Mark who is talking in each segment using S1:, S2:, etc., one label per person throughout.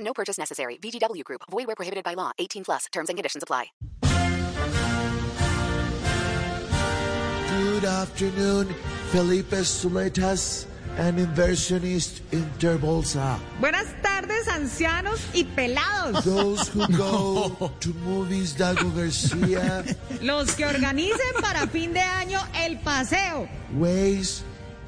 S1: No purchase necessary. VGW Group. Void where prohibited by law. 18 plus. Terms and conditions apply.
S2: Good afternoon, Felipe Suletas, an inversionist in Terbolsa.
S3: Buenas tardes, ancianos y pelados.
S2: Those who go to movies, Dago Garcia,
S3: Los que organicen para fin de año el paseo.
S2: Waze,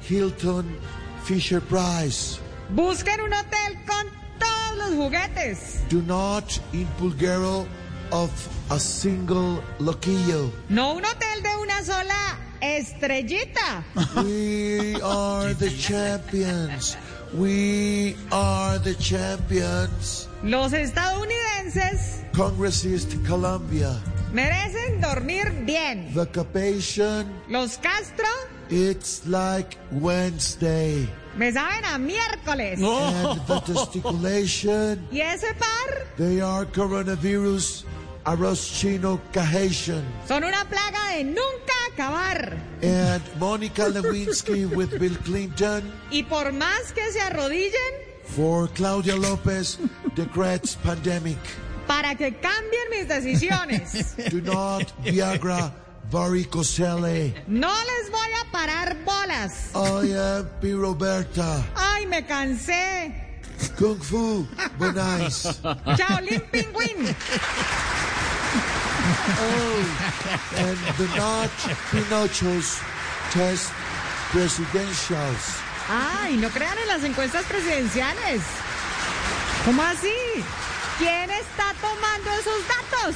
S2: Hilton, Fisher Price.
S3: Busquen un hotel con todos los juguetes.
S2: Do not in Pulguero of a single loquillo.
S3: No un hotel de una sola estrellita.
S2: We are the champions. We are the champions.
S3: Los estadounidenses
S2: Congressist Colombia.
S3: merecen dormir bien.
S2: Vacation,
S3: Los Castro
S2: it's like Wednesday.
S3: me saben a miércoles.
S2: and the gesticulation.
S3: Y ese par
S2: They are coronavirus Arroschino Cajation.
S3: son una plaga de nunca acabar.
S2: And Monica Lewinsky with Bill Clinton.
S3: Y por más que se arrodillen,
S2: For Claudia Lopez, decrets pandemic.
S3: para que cambien mis decisiones.
S2: Do not Viagra varicocele.
S3: No les voy a parar bolas.
S2: I am P. Roberta.
S3: Ay, me cansé.
S2: Kung Fu Bonais.
S3: Shaolin Pingüín.
S2: And the not Pinochos test presidentials.
S3: Ay, no crean en las encuestas presidenciales. ¿Cómo así? ¿Quién está tomando esos datos?